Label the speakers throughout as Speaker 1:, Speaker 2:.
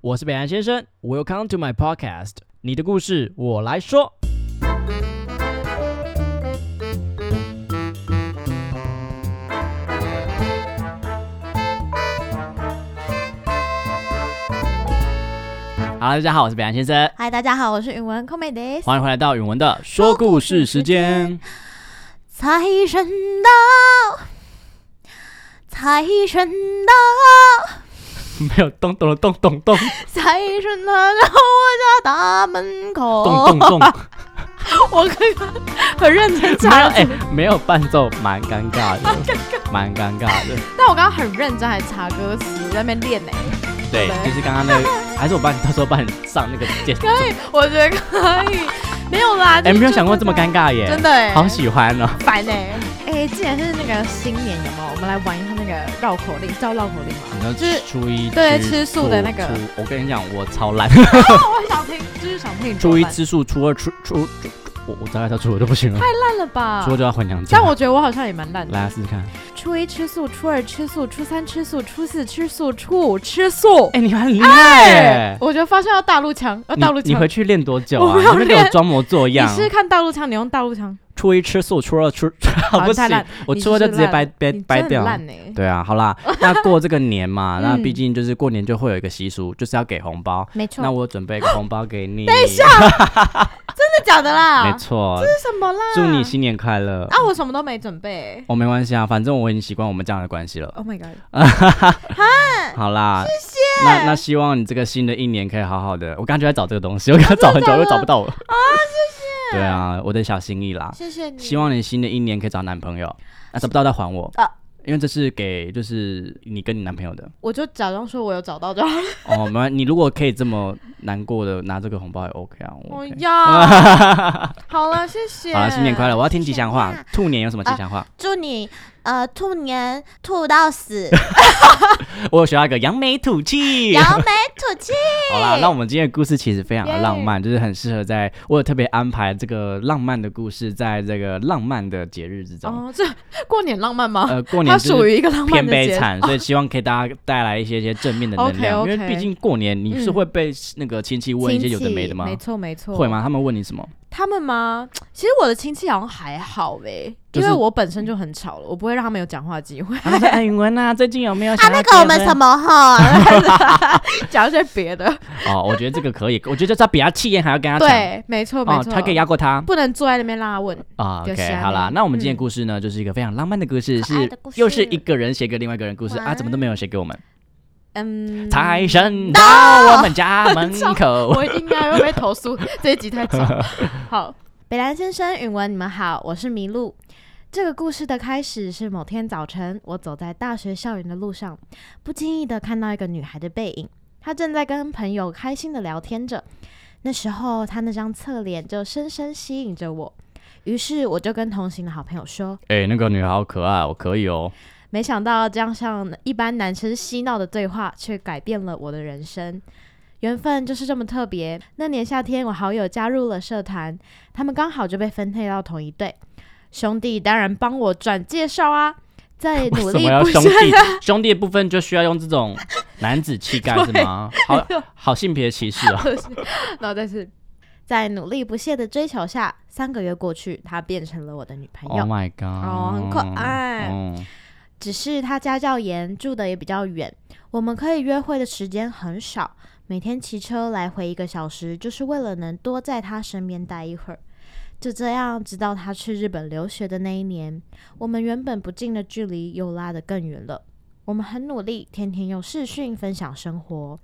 Speaker 1: 我是北岸先生，Welcome to my podcast，你的故事我来说。Hello，大家好，我是北岸先生，
Speaker 2: 嗨，大家好，我是允文 c o m e d i
Speaker 1: 欢迎回来到允文的说故事时间。
Speaker 2: 财神到，财神到，
Speaker 1: 没有咚咚咚咚 咚
Speaker 2: 财神来到我家大门口。
Speaker 1: 咚咚 咚。
Speaker 2: 我刚刚很认真
Speaker 1: 没有
Speaker 2: 插
Speaker 1: 哎、，没有伴奏，蛮尴尬的，蛮尴尬的。
Speaker 2: 但我刚刚很认真还查歌词，我在那边练呢。
Speaker 1: 对，
Speaker 2: 对
Speaker 1: 就是刚刚那 个，还是我帮你到时候帮你上那个介绍。
Speaker 2: 可以，我觉得可以，没有啦。
Speaker 1: 哎、没有想过这么尴
Speaker 2: 尬，
Speaker 1: 尬耶，
Speaker 2: 真的哎，
Speaker 1: 好喜欢哦。
Speaker 2: 烦呢。哎，既然是那个新年，有没有？我们来玩一下那个绕口令，知道绕口令吗？
Speaker 1: 你
Speaker 2: 就
Speaker 1: 知
Speaker 2: 是
Speaker 1: 道初一
Speaker 2: 对
Speaker 1: 吃
Speaker 2: 吃素的那个
Speaker 1: 初我跟你讲，我超 懒，
Speaker 2: 我很想听，就是想听你
Speaker 1: 初一
Speaker 2: 怎么
Speaker 1: 吃素，初二初初初，我我大概到初五就不行了，
Speaker 2: 办烂了吧
Speaker 1: 初？二就要回娘家。
Speaker 2: 但我觉得我好像也蛮烂的。
Speaker 1: 来试试看。
Speaker 2: 初一吃素，初二吃素，初三吃素，初四吃素，初五吃素。哎
Speaker 1: 哎、你很厉害耶！
Speaker 2: 我觉得发现要大陆腔，要
Speaker 1: 哎你
Speaker 2: 大陆
Speaker 1: 你
Speaker 2: 腔。
Speaker 1: 回去练多久
Speaker 2: 我
Speaker 1: 啊？
Speaker 2: 没
Speaker 1: 你
Speaker 2: 有
Speaker 1: 会给我
Speaker 2: 练
Speaker 1: 装模作
Speaker 2: 你
Speaker 1: 样。
Speaker 2: 试试看大陆腔，你用大陆腔。
Speaker 1: 初一吃素，初二 初，
Speaker 2: 好
Speaker 1: 不
Speaker 2: 太
Speaker 1: 行
Speaker 2: 烂，
Speaker 1: 我
Speaker 2: 你
Speaker 1: 初二就直
Speaker 2: 真的
Speaker 1: 接
Speaker 2: 烂
Speaker 1: 掰掰
Speaker 2: 你
Speaker 1: 掰
Speaker 2: 真的
Speaker 1: 掉
Speaker 2: 很。烂欸
Speaker 1: 对啊，好啦，那过这个年 嘛，那毕
Speaker 2: 嗯
Speaker 1: 竟就是过年就会有一个习俗，就是要给红包。
Speaker 2: 没
Speaker 1: 那
Speaker 2: 错，
Speaker 1: 我准备一个红包给 你。等一下，
Speaker 2: 真的假的啦？
Speaker 1: 没错，
Speaker 2: 是什么啦？
Speaker 1: 祝你新年快乐。
Speaker 2: 啊！我什么都没准备。
Speaker 1: 哦，没关系啊，反正我已经习惯我们这样的关系了。
Speaker 2: Oh my god！
Speaker 1: 好啦，嗯谢谢。那那希望你这个新的一年可以好好的。我刚才就在找这个东西，我刚 刚找很久，
Speaker 2: 真的
Speaker 1: 又
Speaker 2: 假的
Speaker 1: 找不 到我。啊，谢谢。对啊，我的小心意啦。
Speaker 2: 谢谢你。
Speaker 1: 希望你新的一年可以找男朋友，那找不到再还我
Speaker 2: 啊。
Speaker 1: 因为这是给就是你跟你男朋友的。
Speaker 2: 我就假装说我有找到就好了。
Speaker 1: 哦，没关系，你 如果可以这么难过的拿这个红包也 OK 啊。我
Speaker 2: 我
Speaker 1: OK
Speaker 2: 要。哦 好了，谢谢。
Speaker 1: 好了，新年快乐！我要听吉祥话
Speaker 2: 谢谢。
Speaker 1: 兔年有什么吉祥话？
Speaker 2: 祝你呃兔年兔 到死，
Speaker 1: 我有学到一个扬眉吐气。
Speaker 2: 扬眉吐气。
Speaker 1: 好啦，那我们今天的故事其实非常的
Speaker 2: 耶
Speaker 1: 浪漫，就是很适合在我有特别安排这个浪漫的故事，在这个浪漫的节日之中。
Speaker 2: 哦，这过年浪漫吗？
Speaker 1: 呃，过
Speaker 2: 它
Speaker 1: 年就
Speaker 2: 属
Speaker 1: 是
Speaker 2: 于一个浪漫
Speaker 1: 偏
Speaker 2: 的
Speaker 1: 悲
Speaker 2: 节
Speaker 1: 惨，所以希望可以大家带来一些一些正面的能量，因
Speaker 2: OK，OK
Speaker 1: 为毕竟过年你是
Speaker 2: 嗯
Speaker 1: 会被那个亲戚问一些有的
Speaker 2: 亲戚
Speaker 1: 没的吗？
Speaker 2: 没错没错，
Speaker 1: 会？吗？他们问你什么？
Speaker 2: 他们吗？其实我的亲戚好像还好哎、
Speaker 1: 就是
Speaker 2: 因为我本身就很吵了，我不会让他们有讲话机会。
Speaker 1: 他们说：“哎，允文啊，最近有没有
Speaker 3: 啊，
Speaker 1: 想要
Speaker 3: 那个我们
Speaker 1: 结婚
Speaker 3: 什么哈？
Speaker 2: 讲一些别的，
Speaker 1: 哦，我觉得这个可以，我觉得就是要比他气焰还要跟他抢。
Speaker 2: 对，没错没
Speaker 1: 哦，
Speaker 2: 错，
Speaker 1: 他可以压过他
Speaker 2: 不能坐在那边让他问，
Speaker 1: 啊。
Speaker 2: 就是
Speaker 1: OK，
Speaker 2: 啊
Speaker 1: 好啦，那我们今天
Speaker 2: 嗯
Speaker 1: 的故事呢，就是一个非常浪漫的故事，
Speaker 3: 可爱
Speaker 1: 是
Speaker 3: 的故事
Speaker 1: 又是一个人写给另外一个人的故事啊，
Speaker 3: 哇
Speaker 1: 怎么都没有人写给我们。
Speaker 2: 嗯，
Speaker 1: 财神到我们家门 口，
Speaker 2: 我一定要又被投诉，这一集太吵。好，
Speaker 3: 北兰先生、允文，你们好，我是麋鹿。这个故事的开始是某天早晨，我走在大学校园的路上，不经意的看到一个女孩的背影，她正在跟朋友开心的聊天着。那时候，她那张侧脸就深深吸引着我，于是我就跟同行的好朋友说，
Speaker 1: 哎，那个女孩好可爱， 我可以哦。
Speaker 3: 没想到这样像一般男生嬉闹的对话，却改变了我的人生。缘分就是这么特别。那年夏天，我好友加入了社团，他们刚好就被分配到同一队。兄弟当然帮我转介绍啊，在
Speaker 1: 为
Speaker 3: 努
Speaker 1: 什
Speaker 3: 力
Speaker 1: 么要
Speaker 3: 不懈啊
Speaker 1: 兄弟？ 兄弟的部分就需要用这种男子气概是吗？好好性别歧视 啊！
Speaker 2: 然后再是
Speaker 3: 在努力不懈的追求下，三个月过去，她变成了我的女朋
Speaker 1: Oh
Speaker 3: 友。
Speaker 1: my god！
Speaker 2: 哦很可爱
Speaker 1: 嗯
Speaker 3: 哦只是她家教严，住的也比较远，我们可以约会的时间很少，每天骑车来回一个小时，就是为了能多在她身边待一会儿。就这样，直到她去日本留学的那一年，我们原本不近的距离又拉得更远了。我们很努力，天天用视讯分享生活。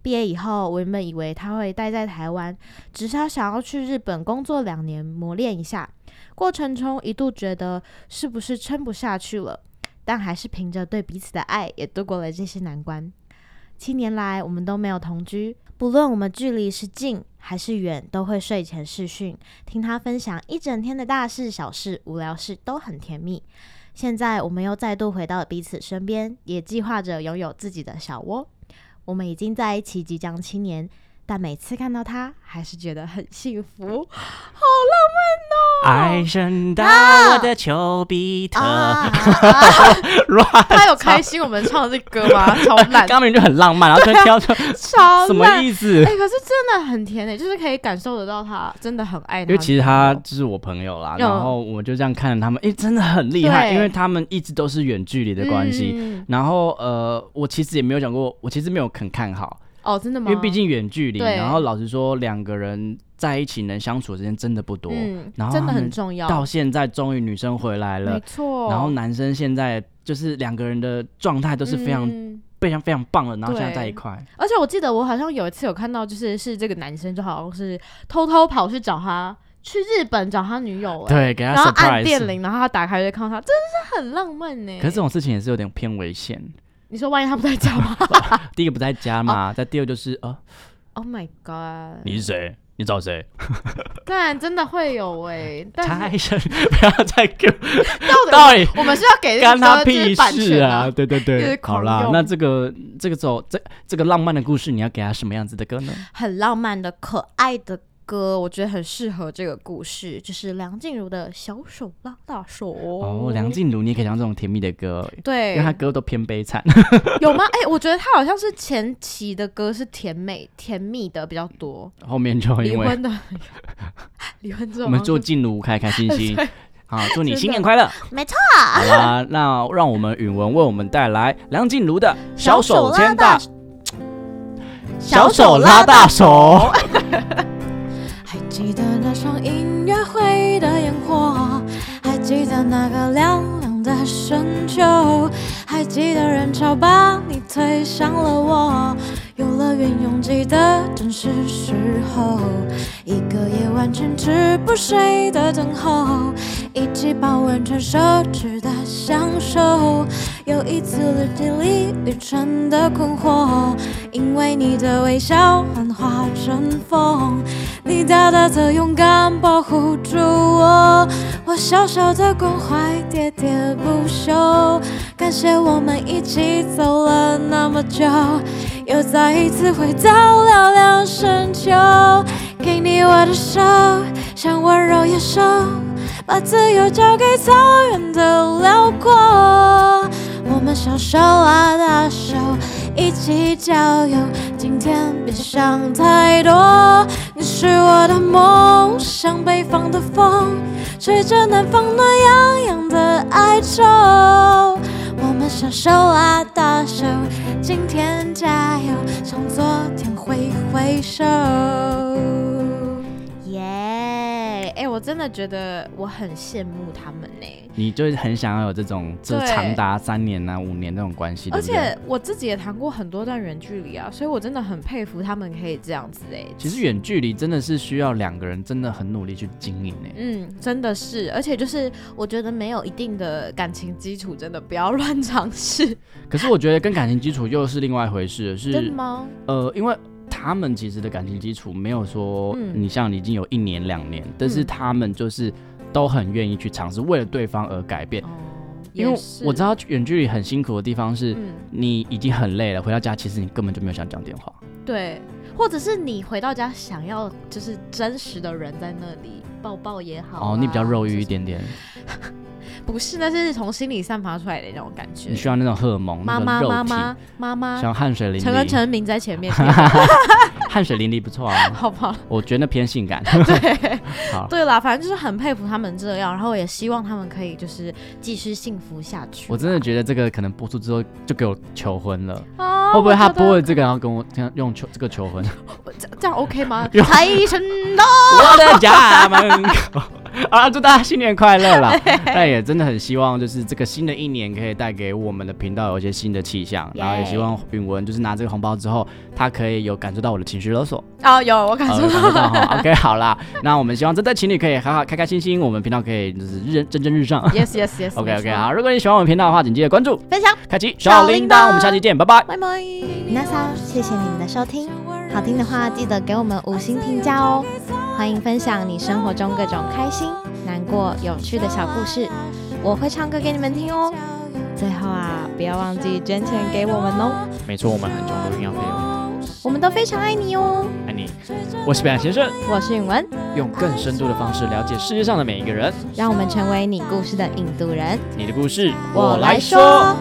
Speaker 3: 毕业以后，我原本以为她会待在台湾，只是她想要去日本工作两年，磨练一下。过程中一度觉得是不是撑不下去了，但还是凭着对彼此的爱，也度过了这些难关。七年来，我们都没有同居，不论我们距离是近还是远，都会睡前视讯，听他分享一整天的大事小事、无聊事，都很甜蜜。现在我们又再度回到彼此身边，也计划着拥有自己的小窝。我们已经在一起即将七年，但每次看到他，还是觉得很幸福，好浪漫
Speaker 1: 爱神到我的丘比特，
Speaker 2: 啊，
Speaker 1: 乱
Speaker 3: 他有开心我们唱这歌 吗？超烂，
Speaker 1: 刚明明就很浪漫，然后突然跳 出，
Speaker 3: 超
Speaker 1: 什么
Speaker 3: 烂。
Speaker 1: 意思
Speaker 3: 哎、？可是真的很甜诶、欸就是可以感受得到他真的很爱他。
Speaker 1: 因为其实他就是我朋友啦，
Speaker 3: 嗯
Speaker 1: 然后我就这样看着他们，哎、真的很厉害，
Speaker 3: 对
Speaker 1: 因为他们一直都是远距离的关系。
Speaker 3: 嗯
Speaker 1: 然后呃，我其实也没有讲过，我其实没有很看好，
Speaker 3: 哦，真的
Speaker 1: 因
Speaker 3: 吗？
Speaker 1: 为毕竟远距离。
Speaker 3: 对
Speaker 1: 然后老实说，两个人在一起能相处的时间真的不多。
Speaker 3: 嗯，
Speaker 1: 然后
Speaker 3: 真
Speaker 1: 哦他
Speaker 3: 的
Speaker 1: 们
Speaker 3: 很重要，
Speaker 1: 到现在终于女生回来
Speaker 3: 没
Speaker 1: 了，
Speaker 3: 错。
Speaker 1: 然后男生现在就是两个人的状态都
Speaker 3: 都
Speaker 1: 是非常、非常非常棒了，然后现在
Speaker 3: 嗯对
Speaker 1: 在一块。
Speaker 3: 而且我记得我好像有一次有看到，就是是这个男生就好像是偷偷跑去找他，去日本找他 女友、欸，
Speaker 1: 对，给他
Speaker 3: 然后按
Speaker 1: surprise。
Speaker 3: 电铃，然后他打开就看到他，真的是很浪漫 呢、
Speaker 1: 可是这种事情也是有点偏危险。
Speaker 3: 你说万一他不在家吗
Speaker 1: 第一个不在
Speaker 3: 哦
Speaker 1: 家嘛，再第二就是呃，
Speaker 3: ？Oh my god！
Speaker 1: 你是谁？你找谁？
Speaker 3: 但真的会有哎、但
Speaker 1: 太深，
Speaker 3: 是
Speaker 1: 不要再给我
Speaker 3: 到底
Speaker 1: 到底
Speaker 3: 我们是要给这个
Speaker 1: 干他
Speaker 3: 歌就是
Speaker 1: 屁
Speaker 3: 版
Speaker 1: 事
Speaker 3: 权
Speaker 1: 啊！？对对
Speaker 3: 一
Speaker 1: 对
Speaker 3: 直，
Speaker 1: 好
Speaker 3: 狂
Speaker 1: 啦，
Speaker 3: 用
Speaker 1: 那这个这个走这这个浪漫的故事，你要给他什么样子的歌呢？
Speaker 2: 很浪漫的、可爱的歌，我觉得很适合这个故事，就是梁静茹的《小手拉大手》。
Speaker 1: 哦，梁静茹，你也可以唱这种甜蜜的歌，因
Speaker 3: 对
Speaker 1: 为，她歌都偏悲惨。
Speaker 3: 有吗？哎、我觉得他好像是前期的歌是甜美、甜蜜的比较多，
Speaker 1: 后面就
Speaker 3: 离
Speaker 1: 哦因为
Speaker 3: 婚的 离婚之后
Speaker 1: 我们
Speaker 3: 好
Speaker 1: 祝
Speaker 3: 像是
Speaker 1: 静茹开开心心
Speaker 3: 对，
Speaker 1: 好，祝你
Speaker 3: 真的
Speaker 1: 新年快乐！
Speaker 2: 没错，
Speaker 1: 好啦，那让我们允文为我们带来梁静茹的《小手牵大》，
Speaker 2: 小
Speaker 1: 小
Speaker 2: 手
Speaker 1: 手
Speaker 2: 拉
Speaker 1: 拉
Speaker 2: 大
Speaker 1: 大手。
Speaker 2: 还记得那场音乐会的烟火，还记得那个凉凉的深秋，还记得人潮把你推向了我，游乐园拥挤的正是时候，一个夜晚全吃不睡的等候，一起泡温泉奢侈的享受，有一次旅行里愚蠢的困惑，因为你的微笑幻化成风。你大大的勇敢保护住我，我小小的关怀喋喋不休。感谢我们一起走了那么久，又再一次回到寥寥深秋。给你我的手，像温柔野兽，把自由交给草原的辽阔。我们小手拉大手，一起郊游。今天别想太多，你是我的梦，像北方的风，吹着南方暖洋洋的哀愁。我们小手拉大手，今天加油，向昨天挥挥手。
Speaker 3: 耶！哎、我真的觉得我很羡慕他们呢、
Speaker 1: 你就是很想要有这种，就是
Speaker 3: 对
Speaker 1: 长达三年啊、五年那种关系，对
Speaker 3: 而
Speaker 1: 不对？
Speaker 3: 且我自己也谈过很多段远距离啊，所以我真的很佩服他们可以这样子哎、
Speaker 1: 其实远距离真的是需要两个人真的很努力去经营欸诶。
Speaker 3: 嗯，真的是，而且就是我觉得没有一定的感情基础，真的不要乱尝试，
Speaker 1: 可是我觉得跟感情基础又是另外一回事了，
Speaker 3: 真的
Speaker 1: 是
Speaker 3: 吗？
Speaker 1: 呃，因为他们其实的感情基础没有说
Speaker 3: 嗯
Speaker 1: 你像你已经有一年两年，但是
Speaker 3: 嗯
Speaker 1: 他们就是都很愿意去尝试，为了对方而改变。
Speaker 3: 哦，
Speaker 1: 因为
Speaker 3: 也是
Speaker 1: 我知，道远距离很辛苦的地方是，
Speaker 3: 嗯，
Speaker 1: 你已经很累了，回到家其实你根本就没有想讲电话。
Speaker 3: 对，或者是你回到家想要就是真实的人在那里抱抱也好、啊，
Speaker 1: 哦，你比较肉
Speaker 3: 就
Speaker 1: 欲
Speaker 3: 是
Speaker 1: 一，点点，
Speaker 3: 不是，那是从心里散发出来的那种感觉
Speaker 1: 你。需要那种荷尔蒙，
Speaker 3: 妈
Speaker 1: 那
Speaker 3: 妈
Speaker 1: 种
Speaker 3: 妈
Speaker 1: 肉体，
Speaker 3: 妈妈妈，
Speaker 1: 像汗水淋
Speaker 3: 陈跟
Speaker 1: 漓，
Speaker 3: 陈明在前面，
Speaker 1: 汗水淋漓不错啊，
Speaker 3: 好不好？
Speaker 1: 我觉得偏性感。 好，
Speaker 3: 对啦，反正就是很佩服他们这样，然后也希望他们可以就是继续幸福下去。
Speaker 1: 我真的觉得这个可能播出之后就给我求婚了，
Speaker 3: 啊
Speaker 1: 会不会他播
Speaker 3: 我
Speaker 1: 了这个然后跟我这样用求这个求婚？
Speaker 3: 觉得这样 OK 吗？
Speaker 2: 财神到，
Speaker 1: 我的家门口。啊，祝大家新年快乐 啦！但也真的很希望，就是这个新的一年可以带给我们的频道有一些新的气象，然后也希望允文就是拿这个红包之后，他可以有感受到我的情绪勒索，
Speaker 3: 啊，有我感
Speaker 1: 呃
Speaker 3: 受
Speaker 1: 感
Speaker 3: 到
Speaker 1: 受到哈。OK，好 啦，那我们希望这对情侣可以好好开开心心，我们频道可以就是日蒸蒸日上。
Speaker 3: ，yes yes yes。
Speaker 1: OK OK，好，如果你喜欢我们频道的话，请记得关注、
Speaker 2: 分享，
Speaker 1: 开启小铃铛，我们下期见，拜拜。
Speaker 2: 拜拜。娜莎，谢谢你们的收听，好听的话记得给我们五星评价哦。欢迎分享你生活中各种开心、难过、有趣的小故事，我会唱歌给你们听哦。最后啊，不要忘记捐钱给我们哦。
Speaker 1: 没错，我们很穷，录音要费用。
Speaker 2: 我们都非常爱你哦。
Speaker 1: 爱你，我是北岸先生，
Speaker 3: 我是允文，
Speaker 1: 用更深度的方式了解世界上的每一个人。
Speaker 3: 让我们成为你故事的引渡人。
Speaker 1: 你的故事，
Speaker 3: 我来说。